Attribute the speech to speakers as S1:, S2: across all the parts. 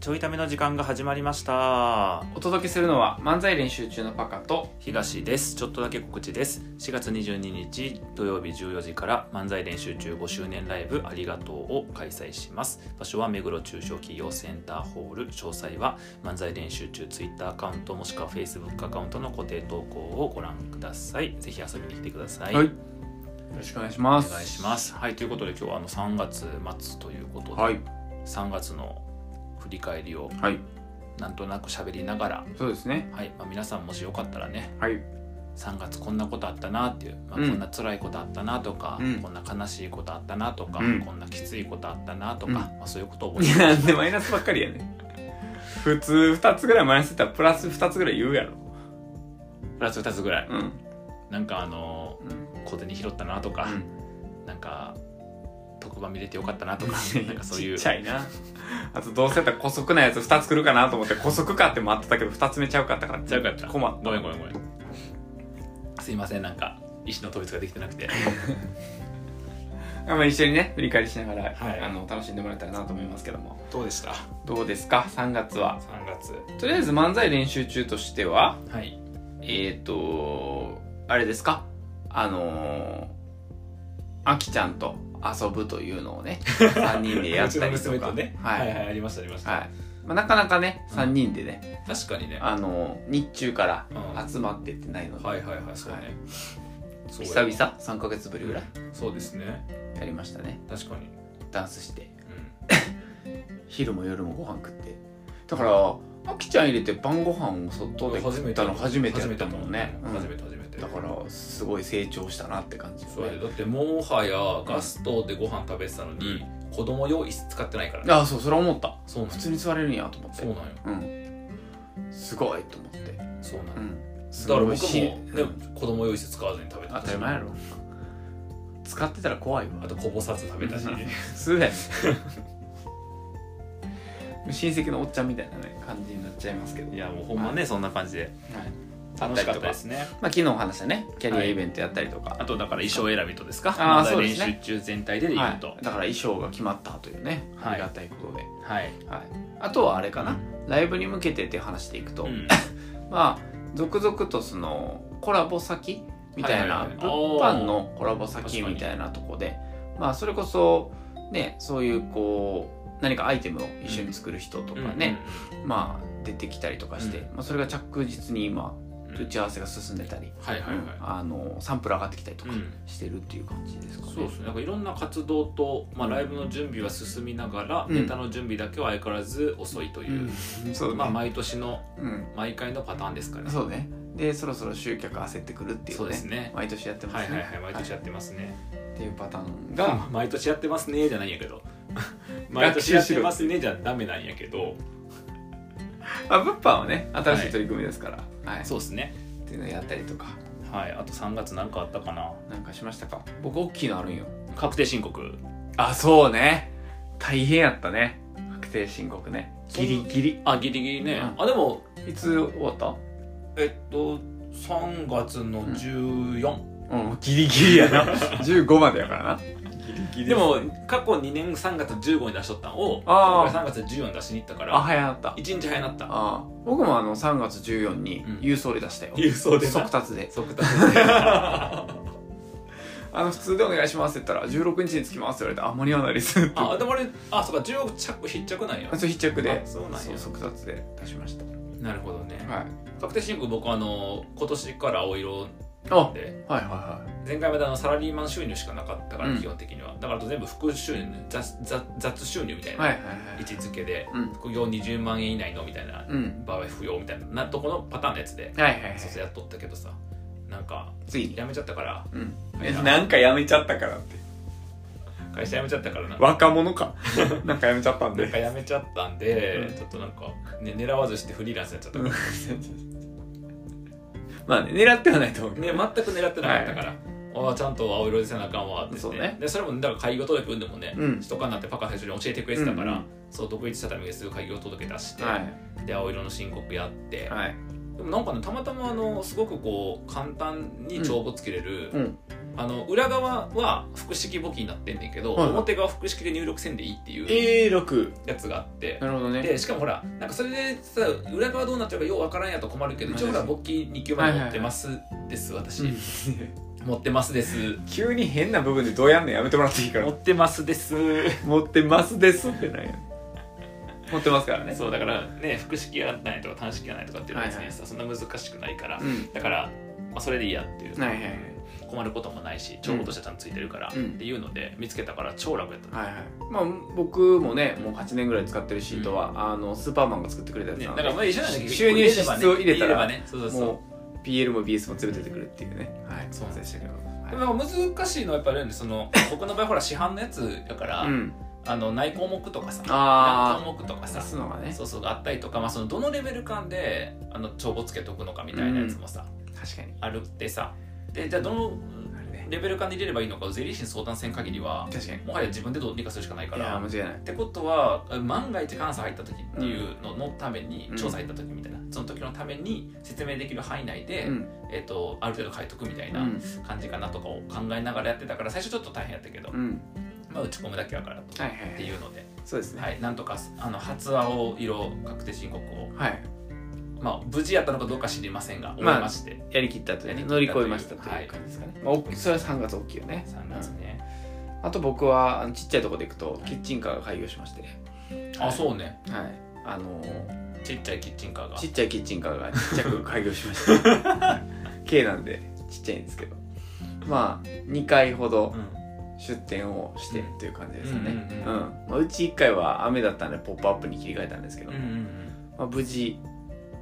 S1: ちょいための時間が始まりました
S2: お届けするのは漫才練習中のパカと
S1: 東ですちょっとだけ告知です4月22日土曜日14時から漫才練習中5周年ライブありがとうを開催します場所は目黒中小企業センターホール詳細は漫才練習中 Twitter アカウントもしくは Facebook アカウントの固定投稿をご覧くださいぜひ遊びに来てください、
S2: よろしくお願いしま
S1: お
S2: す
S1: 願いしますはいということで今日はあの3月末ということで、
S2: はい
S1: 3月の振り返りを
S2: はい
S1: なんとなく喋りながら
S2: そうですね
S1: はいまあ、皆さんもしよかったらね
S2: はい
S1: 3月こんなことあったなっていう、まあ、こ
S2: うん
S1: んな辛いことあったなとか、
S2: うん
S1: こんな悲しいことあったなとか、
S2: うん
S1: こんなきついことあったなとか、
S2: うん
S1: まあ、そういうことを覚え
S2: い
S1: て
S2: やでマイナスばっかりやね普通2つぐらいマイナスって言ったらプラス2つぐらい言うやろ
S1: プラス2つぐらい、
S2: うん
S1: なんかあの
S2: うん
S1: ー小銭拾ったなとか、なんか特番見れてよかったなとかなんかそうい
S2: ち
S1: う
S2: っちゃいなあとどうせやったら古速なやつ2つ来るかなと思って古速かって待ってたけど2つ目ちゃうかったから
S1: ちゃうかった
S2: 困った
S1: ごめんごめんごめんすいませんなんか意思の統一ができてなくて
S2: まあ一緒にね振り返りしながら、
S1: はい
S2: あの楽しんでもらえたらなと思いますけ ども
S1: どうでした
S2: どうですか3月は
S1: 3月
S2: とりあえず漫才練習中としては
S1: はい
S2: えっ、ー、とあれですかあのー、あきちゃんと遊ぶというの をね3人でやったりとか
S1: は、
S2: はいい、
S1: は
S2: はいい
S1: ありましたありました、
S2: まあ、なかなかね
S1: うん
S2: 3人でね、
S1: 確かにねは
S2: あのー日中から
S1: うん
S2: 集まってってないの
S1: い
S2: で、
S1: はいはいそうね、
S2: はい
S1: そう
S2: 久々3ヶ月ぶりぐらい
S1: そうですね
S2: やりましたね
S1: 確かに、
S2: ダンスして
S1: う
S2: 昼も夜もご飯食ってだからあきちゃん入れて晩ご飯を外で食ったの初めてやったもんねうん
S1: 初めて初めて
S2: だからすごい成長したなって感じだね
S1: そうやでだってもはやガストでご飯食べてたのに、子供用椅子使ってないからね
S2: ああそうそれ思った
S1: そうなん
S2: 普
S1: よ
S2: 通に座れるんやと思って
S1: そうなんよ
S2: うんすごいと思って
S1: そうなんよ、
S2: うん
S1: だから僕も、
S2: すごいし
S1: ね
S2: うん
S1: 子供用椅子使わずに食べて
S2: 当
S1: たした
S2: り前やろ使ってたら怖いわ
S1: あとこぼさず食べたし、
S2: うん普通やね親戚のおっちゃん みたいなね感じになっちゃいますけど
S1: いやもうほんまね、そんな感じで
S2: はい
S1: 楽しかったですね
S2: まあ、昨日お話したねキャリアイベントやったりとか、
S1: あとだから衣装選びとですか
S2: あー
S1: まだ
S2: そうで
S1: 練
S2: すね
S1: 習中全体でで言
S2: は
S1: う
S2: い、
S1: と
S2: だから衣装が決まったというね、
S1: はい
S2: ありがたいことで、
S1: はい、
S2: はい、あとはあれかな、ライブに向けてって話でいくと、
S1: うん
S2: まあ続々とそのコラボ先みたいな、
S1: はいはいはい
S2: 物販のコラボ先みたいなとこでまあそれこそねそういうこう何かアイテムを一緒に作る人とかね、まあ出てきたりとかして、
S1: う
S2: まあ、それが着実に
S1: うん
S2: 今
S1: うんうん
S2: 打ち合わせが進んでたり、
S1: はいはいはい、
S2: あのサンプル上がってきたりとか
S1: うん
S2: してるっていう感じですかね。
S1: そうですねなんかいろんな活動と、まあ、ライブの準備は進みながら、
S2: うん
S1: ネタの準備だけは相変わらず遅いという、
S2: うんそうね
S1: まあ、毎年の
S2: うん
S1: 毎回のパターンですからね
S2: そうねでそろそろ集客焦ってくるっていうね
S1: そうですね
S2: 毎年やってま
S1: はい
S2: す
S1: は
S2: ね
S1: いはい毎年やってますね、
S2: っていうパターン
S1: が
S2: が
S1: 毎年やってますねじゃないんやけ ど毎年やってますねじゃダメなんやけど
S2: まあ物販はね新しい取り組みですから、はい
S1: そうですね
S2: っていうのやったりとか
S1: はいあと3月なんかあったかな
S2: なんかしましたか僕大きいのあるんよ
S1: 確定申告
S2: あそうね大変やったね確定申告ねギリギリ
S1: あギリギリね、
S2: う
S1: あでも
S2: いつ終わった
S1: えっと3月の14、
S2: うんギリギリやな15までやからなギリギ
S1: でも過去2年3月15に出しとったんを
S2: あー
S1: 今回3月14に出しに行ったか
S2: あ
S1: ら
S2: 早なった
S1: 1日早なった
S2: あ僕もあの3月14に
S1: うん
S2: 郵送で出したよ、
S1: 郵送でな
S2: 速達で
S1: 即 達であ
S2: あの普通でお願いしますって言ったら16日に着きますって言われてあ間に合わないですって
S1: でもあれあそうか10着必着なんや
S2: そう必着で
S1: あそうなんや
S2: そう速達で出しました
S1: なるほどね、
S2: はい
S1: 確定申告僕あの今年から青色
S2: あはい
S1: で
S2: はいはい
S1: 前回まであのサラリーマン収入しかなかったから、
S2: うん
S1: 基本的にはだからあと全部副収入雑雑雑収入みたい
S2: はい
S1: な
S2: はいはい
S1: 位置づけで、
S2: うん
S1: 副業20万円以内のみたいな、
S2: うん
S1: 場合不要みたいななとこのパターンのやつで、
S2: はいはいはい
S1: そうそうやっとったけどさなんか
S2: ついに
S1: やめちゃったから
S2: うん
S1: え
S2: なんかやめちゃったからって
S1: 会社辞めちゃったからな
S2: 若者か なんかやめちゃったん
S1: なんか
S2: で
S1: 辞めちゃったんで、
S2: うん
S1: ちょっとなんか、ね、狙わずしてフリーランスになっちゃったか
S2: まあね狙ってはないと思うけ
S1: ら、
S2: ど
S1: ね、全く狙ってなかったから、ああちゃんと青色でせなあかんわって言って
S2: そうね
S1: でそれもだから開業届運でもね、
S2: うん
S1: しとかなってパカ最初に教えてくれてたから、
S2: うんうん
S1: そう独立したためにすぐ開業届出して、
S2: はい
S1: で青色の申告やって、
S2: はい
S1: でもなんかねたまたまあのすごくこう簡単に帳簿つけれる、
S2: うん
S1: あの裏側は複式簿記になってんねんけど、
S2: はいはい
S1: 表側は複式で入力せんでいいっていう
S2: ええ楽
S1: やつがあって、
S2: なるほどね
S1: でしかもほらなんかそれでさ裏側どうなっちゃうかようわからんやと困るけど一応ほら
S2: はい
S1: 簿記2級まで持ってますです私、持ってますです
S2: 急に変な部分でどうやんのやめてもらっていいから
S1: ってますです
S2: 持ってますですってなんや 持ってますからね
S1: そうだからね複式がないとか単式がないとかっていうのは別にさ、そんな難しくないから、
S2: うん
S1: だから、まあ、それでいいやっていう、
S2: はいはいはい
S1: 困ることもないし帳簿としてちゃんとついてるから、
S2: うん
S1: っていうので見つけたから超楽やった、
S2: はいはいまあ僕もねもう8年ぐらい使ってるシートは、あのスーパーマンが作ってくれたやつ
S1: ね、だ
S2: なん
S1: か
S2: で、
S1: らまあ一緒なんだけど
S2: 収入支出を入れたら
S1: 入れればねそうそうそう
S2: もう PL も BS も全部出てくるっていうねはい
S1: そうなんです
S2: したけど、
S1: で
S2: は
S1: も難しいのはやっぱりあるんでその僕の場合ほら市販のやつだから、
S2: い、うん
S1: あのない項目とかさ
S2: あー
S1: 何項目とかさ
S2: 刺すのがね
S1: そうそうあったりとか、まあ、そのどのレベル間であの帳簿つけとくのかみたいなやつもさ、
S2: 確かに
S1: あるってさでじゃあどの
S2: あれね
S1: レベル間で入れればいいのかを税理士に相談せん限りは
S2: 確かにい
S1: もはや自分でどうにかするしかないか
S2: や
S1: ら
S2: 間
S1: っ
S2: 違いない
S1: てことは万が一監査入った時っていうののために、
S2: うん
S1: 調査入った時みたいなその時のために説明できる範囲内で、
S2: うん
S1: えっとある程度書いとくみたいうなん感じかなとかを考えながらやってたから最初ちょっと大変やったけど、
S2: うん
S1: まあ、打ち込むだけやからと
S2: はいは
S1: って
S2: い
S1: い
S2: はいう
S1: ので、
S2: そうですね
S1: はい、なんとかあの初青色確定申告を、
S2: はい
S1: まあ、無事やったのかどうか知りませんが終
S2: まあ
S1: えまして、
S2: やりきったと
S1: や
S2: いう
S1: り
S2: ね
S1: きった
S2: 乗
S1: とい
S2: り
S1: う
S2: 越えましたと
S1: は
S2: いう
S1: い
S2: 感じですかね、まあ、おそれは3月大きいよね
S1: 3月ね、
S2: あと僕はあのちっちゃいとこで行くとキッチンカーが開業しまして
S1: あそうね
S2: はいあのー
S1: ちっちゃいキッチンカーが
S2: ちっちゃいキッチンカーがちっちゃく開業しました K なんでちっちゃいんですけどまあ2回ほど
S1: う
S2: 出店をしてるという感じですよねう、
S1: うんん
S2: まあ、うち1回は雨だったんでポップアップに切り替えたんですけど、
S1: んうんうん
S2: まあ、無事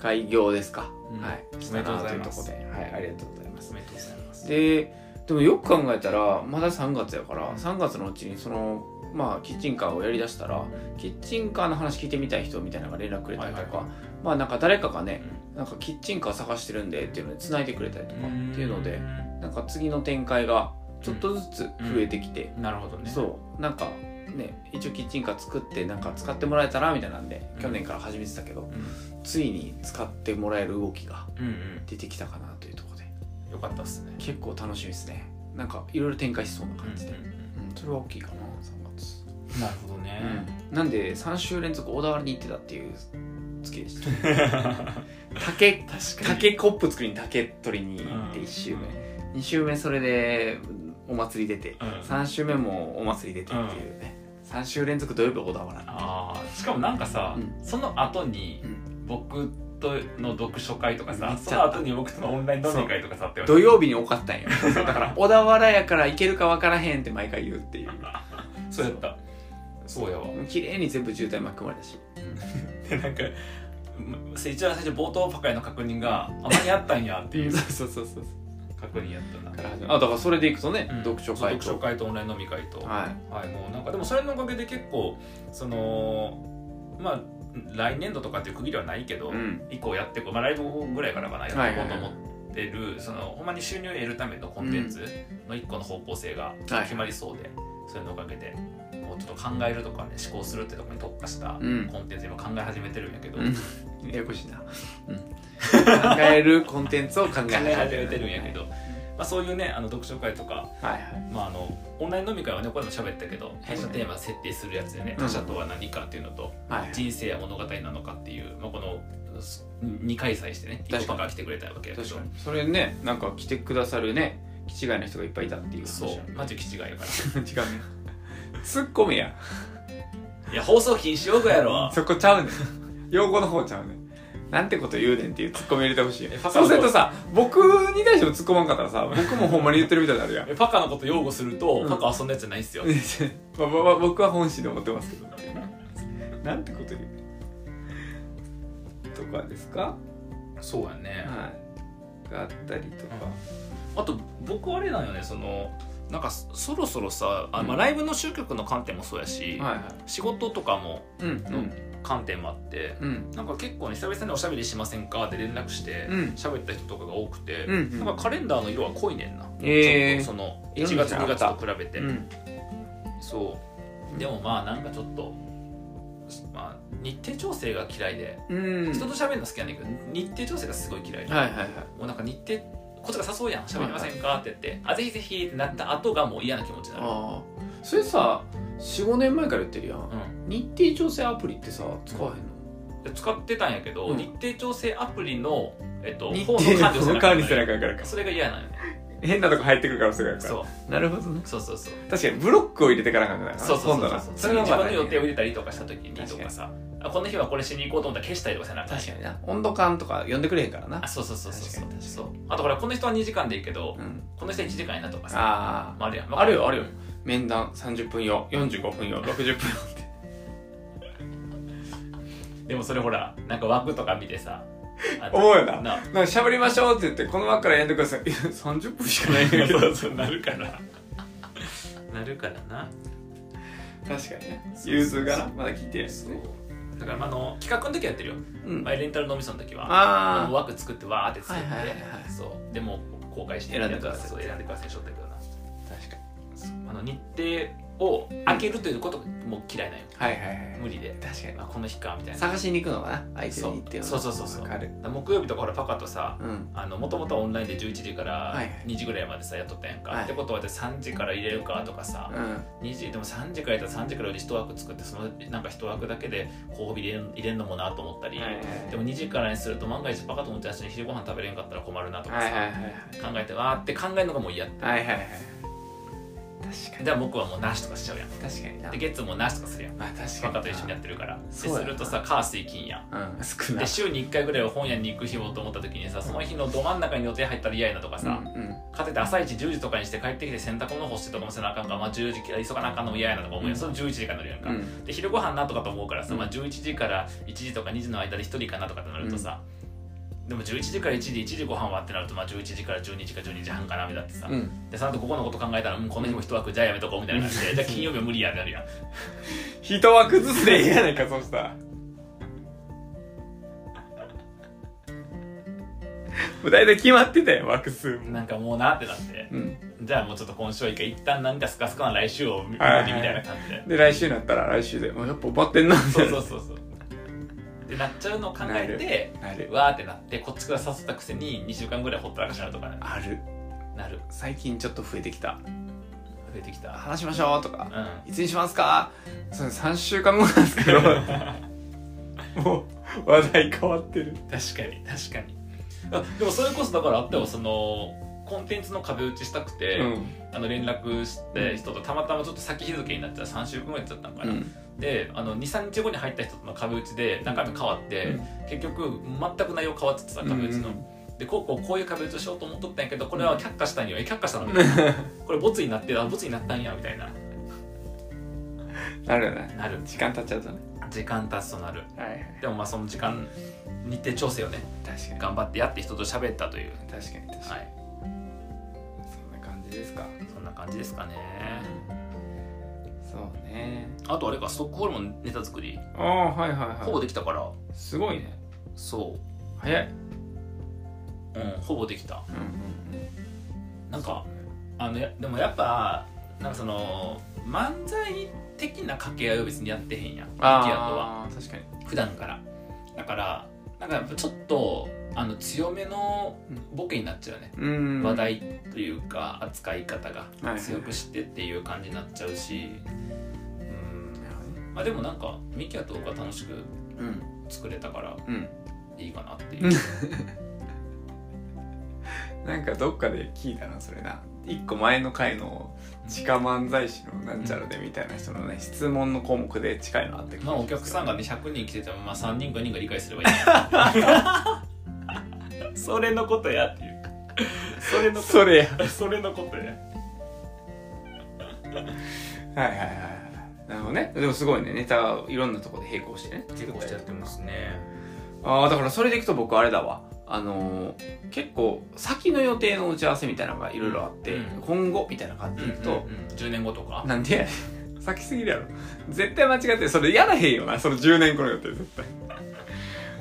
S2: 開業ですか、
S1: うん
S2: はい
S1: おめでとうございます
S2: したなというところで、はい、ありがとうございま
S1: お
S2: す
S1: めでとうございます
S2: ででもよく考えたらまだ3月やから3月のうちにそのまあキッチンカーをやりだしたらキッチンカーの話聞いてみたい人みたいなのが連絡くれたりと
S1: は
S2: か、
S1: いはいは
S2: まあなんか誰かがねなんかキッチンカー探してるんでっていうので繋いでくれたりとかっていうのでなんか次の展開がちょっとずつ増えてきて、
S1: なるほどね
S2: そうなんかね一応キッチンカー作ってなんか使ってもらえたらみたいなんで
S1: うん
S2: 去年から始めてたけど、
S1: うん
S2: ついに使ってもらえる動きが
S1: うん
S2: 出てきたかなというところで
S1: うんよかったっすね
S2: 結構楽しみですねなんかいろいろ展開しそうな感じで、
S1: うんうんうん
S2: うんそれは大きいかな3月、
S1: なるほどね
S2: なんで3週連続小田原に行ってたっていう月でした 竹竹コップ作りに竹取りに行って1週目、2週目それでお祭り出て、
S1: うん
S2: 3週目もお祭り出てっていうね、3週連続土曜日小田原
S1: あーしかもなんかさ
S2: うん
S1: その後に
S2: う
S1: 僕との読書会とか
S2: め
S1: さ
S2: っち
S1: そ
S2: ゃあ
S1: の
S2: った
S1: 後に僕とのオンライン飲み会とかさあって
S2: 土曜日に多かったんよだから小田原やから行けるか分からへんって毎回言うっていう
S1: そうやったそうやわ
S2: 綺麗に全部渋滞巻き込まれたし
S1: で なんかま一番最初冒頭パカヤの確認があまりあったんやっていう
S2: そう そうそうそう
S1: 確認やったな
S2: あだからそれでいくとね、
S1: うん
S2: 読書
S1: そう
S2: 会
S1: 読書
S2: と
S1: 会とオンライン飲み会と
S2: は
S1: はい、もうなんかでもそれのおかげで結構そのまあ来年度とかっていう区切りはないけど、
S2: い、うん、
S1: 以降やってこう、まあ、来年ぐらいからかなやっていこうと思ってる、そのほんまに収入を得るためのコンテンツの一個の方向性が
S2: はい
S1: 決まりそうで、それのおかげでもうちょっと考えるとかね思考するってところに特化した
S2: うん
S1: コンテンツ今考え始めてるんやけど、考
S2: うん、ややこしいな、うん、考えるコンテンツを考え
S1: え始めてるんやけど、まあ、そういうねあの読書会とか
S2: はいはい
S1: まあ、あのオンライン飲み会はねこれも喋ったけど最初のテーマ設定するやつでね
S2: うん
S1: 他者とは何かっていうのと、
S2: はい
S1: 人生や物語なのかっていう、まあ、このす2回催してね
S2: 確かに
S1: 1個が来てくれたわけやけど
S2: 確かにそれねなんか来てくださるね気違いの人がいっぱいいたっていう話
S1: そうマジ気違いやか
S2: 違うねツッコミや
S1: ら いや放送禁止用語や ろ
S2: そこちゃうねん用語の方ちゃうねんなんてこと言うねんっていうツッコミ入れてほしい
S1: えパパ
S2: そ
S1: の
S2: うするとさ僕に対してもツッコまんかったらさ僕もほんまに言ってるみたいになるや ん
S1: えパカのこと擁護すると、
S2: うん
S1: パカ遊んだやつじゃないっすよ、
S2: まあまあまあ僕は本心で思ってますけどなんてこと言うねとかですか
S1: そうやね、
S2: はいがあったりとか、
S1: あと僕あれなんよねそのなんかそそろそろさあ、ま
S2: う
S1: あ、
S2: ん
S1: ライブの集客の観点もそうやし、
S2: はいは
S1: 仕事とかも
S2: いうんうん
S1: 観点もあって、
S2: うん
S1: なんか結構ね久々におしゃべりしませんかって連絡して
S2: うん
S1: 喋った人とかが多くて、
S2: うんうん
S1: なんかカレンダーの色は濃いねんな、
S2: ええ
S1: ちょっとその
S2: いろ
S1: 1
S2: んな
S1: 月2
S2: 色があっ
S1: 月
S2: た
S1: と比べて、
S2: うん
S1: そうでもまあなんかちょっと、まあ、日程調整が嫌いで、
S2: うん
S1: 人と喋るの好きなんだけど日程調整がすごい嫌いで、
S2: はいはいはい
S1: もうなんか日程こっちが誘うやん喋りませんかって言って「あぜひぜひ」ってなった後がもう嫌な気持ちになる
S2: ああそれさ45年前から言ってるやん日程調整アプリってさ使わへんの
S1: うんで使ってたんやけど、
S2: うん
S1: 日程調整アプリの、えっと、
S2: 日
S1: 方
S2: 程
S1: の管理をせなあかん
S2: 管理せなあかんからか
S1: それが嫌なのよね
S2: 変なとこ入ってくるからそれから
S1: そう
S2: なるほどね
S1: そうそうそう
S2: 確かにブロックを入れてからなんじゃない
S1: そうそうそうそうそれは自分の予定を入
S2: れ
S1: れたりとかした時にとかさあこの日はこれしに行こうと思ったら消したりとかせなあかんやん
S2: 確かにな温度感とか呼んでくれへんからな
S1: あそうそうそうそう
S2: 確かに確かに
S1: そうあとほらこの人は2時間でいいけど、
S2: うん
S1: この人は1時間やなとかさ
S2: あ
S1: まあ、あるやん
S2: ああるよあるよ面談30分用45分用60分用 って
S1: でもそれほらなんか枠とか見てさあの
S2: 思うよな
S1: な
S2: なんか喋りましょうって言ってこの枠からやんでくださいいや30分しか ないんだけど
S1: そうそうなるからなるからな
S2: 確かにね
S1: そう
S2: 融通がなまだ聞いてるんです
S1: そう
S2: ね
S1: だからまああの企画の時はやってるよ、
S2: うん
S1: まあ、レンタル脳みその時はあの
S2: ああ
S1: 枠作ってわーって作って、
S2: はいはいはいはい
S1: そうでも公開して
S2: 選んでください
S1: そう選んでくださいしょったけどな
S2: 確かに
S1: あの日程を開けるということも嫌いなんよ
S2: はいはいはい
S1: 無理で
S2: 確かに
S1: あこの日かみたいな
S2: 探しに行くのかな相手
S1: そう
S2: に行って
S1: そうそうそうそう
S2: わかる
S1: だから木曜日とかほらパカとさ
S2: うん
S1: あのもともとはオンラインで11時から
S2: はいはい
S1: 2時ぐらいまでさやっとったやんか、
S2: はい
S1: ってことは私3時から入れるかとかさ、
S2: うん
S1: 2時でも3時からやったら3時からより1枠作ってそのなんか1枠だけでご褒美入れん入れんのもなと思ったり、
S2: はいはいはい
S1: でも2時からにすると万が一パカと思ってたし昼ご飯食べれんかったら困るなとか
S2: はい
S1: さ、
S2: はいはい
S1: 考えてわーって考えるのがもう嫌
S2: はいはいはいはい確かに
S1: で僕はもうなしとかしちゃうやん
S2: 確かにな
S1: で月もなしとかするやん
S2: まあ確か
S1: パ
S2: に
S1: カと一緒にやってるからです
S2: そうやな
S1: るとさ火水金やん
S2: うん少ない
S1: で週に1回ぐらいは本屋に行く日をと思った時にさその日のど真ん中に予定入ったら嫌やなとかさ、
S2: うんうん
S1: かつて朝一10時とかにして帰ってきて洗濯物干してとかもせなあかんから、まあ、10時から急がなあかんのも嫌やなとか思うやん、
S2: うん
S1: その11時からなるやんか、
S2: うん
S1: で昼ご飯なんとかと思うからさ、
S2: うん
S1: まあ、11時から1時とか2時の間で1人かなとかってなるとさ、でも11時から1時1時ご飯はってなると、まあ、11時から12時か12時半かなみたいなってさ、
S2: うん
S1: でその後ここのこと考えたら、うん、この日も一枠じゃあやめとこうみたいな感じでじゃあ金曜日は無理やってなるやん
S2: 一枠ずつでいいやないかそうしたらもう大体決まってたよ枠数も
S1: なんかもうなってなって
S2: うん
S1: じゃあもうちょっと今週はいいか一旦なんかスカスカな来週を見るみ
S2: はいはい
S1: たいな感じで
S2: で来週になったら来週でもうやっぱ奪ってんなみ
S1: そ
S2: た
S1: う
S2: い
S1: そ
S2: な
S1: うそうそうってなっちゃうのを考えて
S2: ある
S1: わーってなってこっちから誘ったくせに2週間ぐらいほったらかしになるとかね
S2: ある
S1: なる
S2: 最近ちょっと増えてきた
S1: 増えてきた
S2: 話しましょうと
S1: う
S2: か
S1: ん
S2: いつにしますかそれ3週間後なんですけど もう話題変わってる
S1: 確かに確かにあでもそれこそだからあったよそのコンテンツの壁打ちしたくて、
S2: うん
S1: あの連絡して人とたまたまちょっと先日付になっちゃう3週間ぐらいやっちゃったのか
S2: う
S1: な、
S2: ん
S1: であの23日後に入った人との壁打ちで中身変わって、結局全く内容変わってた壁打ちの、
S2: うん
S1: でこうこうこういう壁打ちをしようと思っとったんやけどこれは却下したんよえ却下したのみたいな
S2: な
S1: これボツになってあボツになったんやみたいな
S2: るよね
S1: なる
S2: 時間経っちゃうとね
S1: 時間経つとなる
S2: はいはい
S1: でもまあその時間日程調整をね
S2: 確かに
S1: 頑張ってやって人と喋ったという
S2: 確かに確か
S1: は
S2: に
S1: い
S2: そんな感じですか
S1: そんな感じですかね
S2: そうね
S1: あとあれかストックホルムのネタ作り
S2: ああはいはい
S1: ほ
S2: は
S1: ぼできたから
S2: いすごいね
S1: そ
S2: 早い、
S1: う、うん、ほぼできた
S2: うんうん
S1: なんかあのやでもやっぱなんかその漫才的な掛け合いを別にやってへんやんアとは
S2: ああ確かに
S1: 普段からだからなんかやっぱちょっとあの強めのボケになっちゃうね、
S2: うん
S1: 話題というか扱い方
S2: は
S1: が
S2: い
S1: 強くしてっていう感じになっちゃうし、うんまあ、でもなんかミキアとか楽しく
S2: うん
S1: 作れたから
S2: うん
S1: いいかなっていう
S2: なんかどっかで聞いたなそれな一個前の回の地下漫才師のなんちゃらでみたいな人のね質問の項目で近いのあった気がし
S1: まあ
S2: す
S1: お客さんがね100人来ててもまあ3人か4人が理解すればいい それのことやっていうそれ
S2: それや
S1: それのことや
S2: はいはいはいはいなるほどねでもすごいねネタをいろんなところで並行してね
S1: 結構しちゃってますね
S2: ああだからそれでいくと僕あれだわあのー結構先の予定の打ち合わせみたいなのがいろいろあって、
S1: うん
S2: 今後みたいな感じでいくと、
S1: 10年後とか
S2: なんでやねん先すぎるやろ絶対間違ってるそれやらへんよなその10年後の予定絶対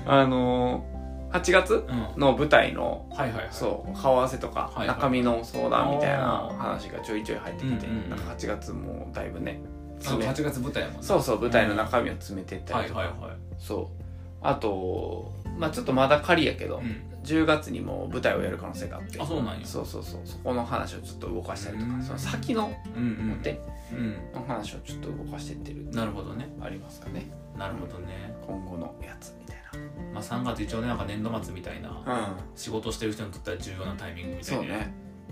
S2: あのー、8月
S1: うんはい
S2: の舞台の
S1: はいはい
S2: そう顔合わせとか、
S1: はいはい
S2: 中身の相談みたいな
S1: あー
S2: 話がちょいちょい入ってきて、
S1: うんうんうん
S2: なんか8月もだいぶね詰め
S1: あ8月舞台やもんね
S2: そうそう舞台の中身を詰めてった
S1: は
S2: り
S1: い
S2: とか、
S1: はいは
S2: そうあとまあちょっとまだ仮やけ
S1: い、
S2: ど、
S1: うん、
S2: 10月にも舞台をやる可能性があって
S1: あそうなんや
S2: そうそうそうそこの話をちょっと動かしたりとか、
S1: うん
S2: その先の
S1: うん
S2: 持って
S1: うん、
S2: の話をちょっと動かしてってる
S1: うん、なるほどね
S2: ありますかね
S1: なるほどね、
S2: 今後のやつみたい
S1: まあ、3月一応ねなんか年度末みたいな、
S2: なうん
S1: 仕事してる人にとっては重要なタイミングみたい
S2: そう
S1: で
S2: ね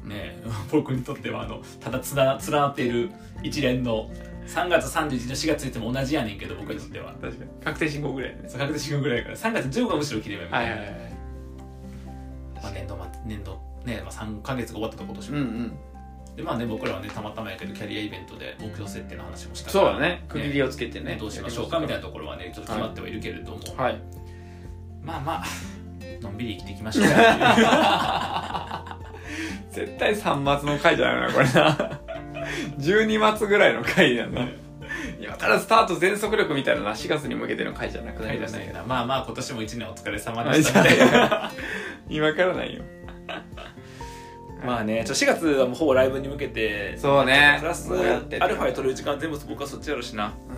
S1: ね え僕にとってはあのただつな連なっている一連の3月31日の4月1日も同じやねんけど僕にとっては
S2: 確かに確定申告ぐらいね
S1: そう確定申告ぐらいやから3月15日がむしろ切ればみ
S2: は
S1: た
S2: い
S1: い
S2: は
S1: ない
S2: はい
S1: まあ、年度末年度ね、まあ、3か月が終わったと今年
S2: うん
S1: も、
S2: うん
S1: でまあね僕らはねたまたまやけどキャリアイベントで目標設定の話もしたか
S2: そう
S1: ら
S2: だね区切りをつけてね
S1: ねどうしましょうかみたいなところはねちょっと決まってはいるけれども、
S2: はい
S1: まあ まあのんびり生きていきましょうっ ていう
S2: 絶対3末の回じゃないなこれな12末ぐらいの回や な今からスタート全速力みたいなのは4月に向けての回じゃなくな
S1: はい
S2: り
S1: じ
S2: ま
S1: ゃ
S2: した
S1: な
S2: け
S1: い
S2: ど
S1: なまあまあ今年も1年お疲れ様でしたみたい な
S2: 今からないよ
S3: まあねちょ4月はもうほぼライブに向けて
S2: そうね
S3: プラス
S2: もうやってて
S3: アルファで取れる時間全部僕はそっちやろしな
S2: う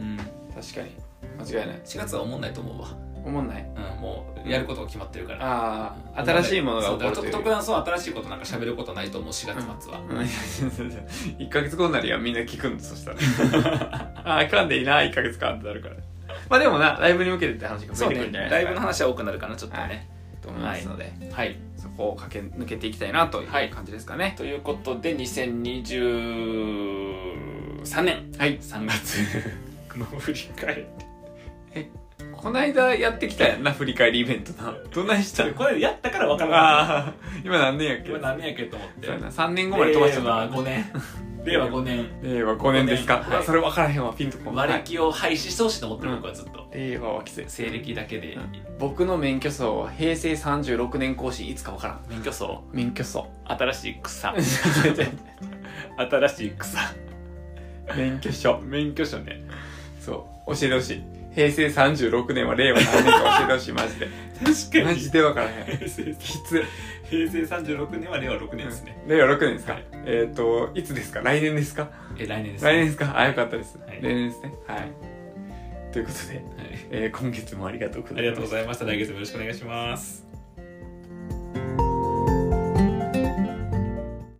S2: ん
S1: うん
S2: 確かに間違いない
S1: 4月は思んないと思うわ、
S2: 思んない
S1: うん、もうやることが決まってるから
S2: ああ新しいものが起こる
S1: そ
S2: と
S1: う
S2: い
S1: だからと
S2: う
S1: 特段そう新しいことなんか喋ることないと思う4月末は、
S2: うん1ヶ月後になりはみんな聞くんですそしたらあーかんでいいな1ヶ月間ってなるからまあでもなライブに向けてって話が増
S3: そ
S2: え
S3: う
S2: てくる
S3: ね
S2: んじゃないで
S3: ラ
S2: す
S3: イ
S2: か
S3: ブの話は多くなるかなちょっとね
S2: と思いますので、
S3: はい
S2: そこを駆け抜けていきたいなという
S3: はい
S2: 感じですかね
S3: ということで2023年
S2: はい、
S3: 3月の振り返り
S2: こないだやってきたやんな振り返りイベントなどんなにしたの
S3: これやったから分からない
S2: ああ今何年やっけ
S3: 今何年やっけと思って
S2: そうやな3年後まで飛ばして
S3: 令和
S2: た
S3: 5年 令和5年
S2: 令和5年ですか、
S3: はい
S2: それ分からへんわピンとこ
S1: 和
S2: ない
S1: 暦を廃止してほしいと思ってる僕はずっと
S2: 令和は季節
S1: 西暦だけで
S2: 僕の免許証は平成36年更新いつか分からん
S3: 免許証
S2: 免許証
S3: 新しい草 新しい草
S2: 免許証 免許証ねそう教えてほしい平成36年は令和何年か教えてほしいマジで
S3: 確
S2: マジで分からへん
S3: 平成
S2: きつ
S3: 平成36年は令和6年ですね、
S2: 令和6年ですか、
S3: はい
S2: えっ、といつですか来年ですか
S1: え来年です、
S2: 来年ですかあよかったです、
S3: はい
S2: 例年ですねはいということで、
S1: はい
S2: えー今月もありがとうございま
S1: あ
S2: した
S1: りがとうございました来月もよろしくお願いします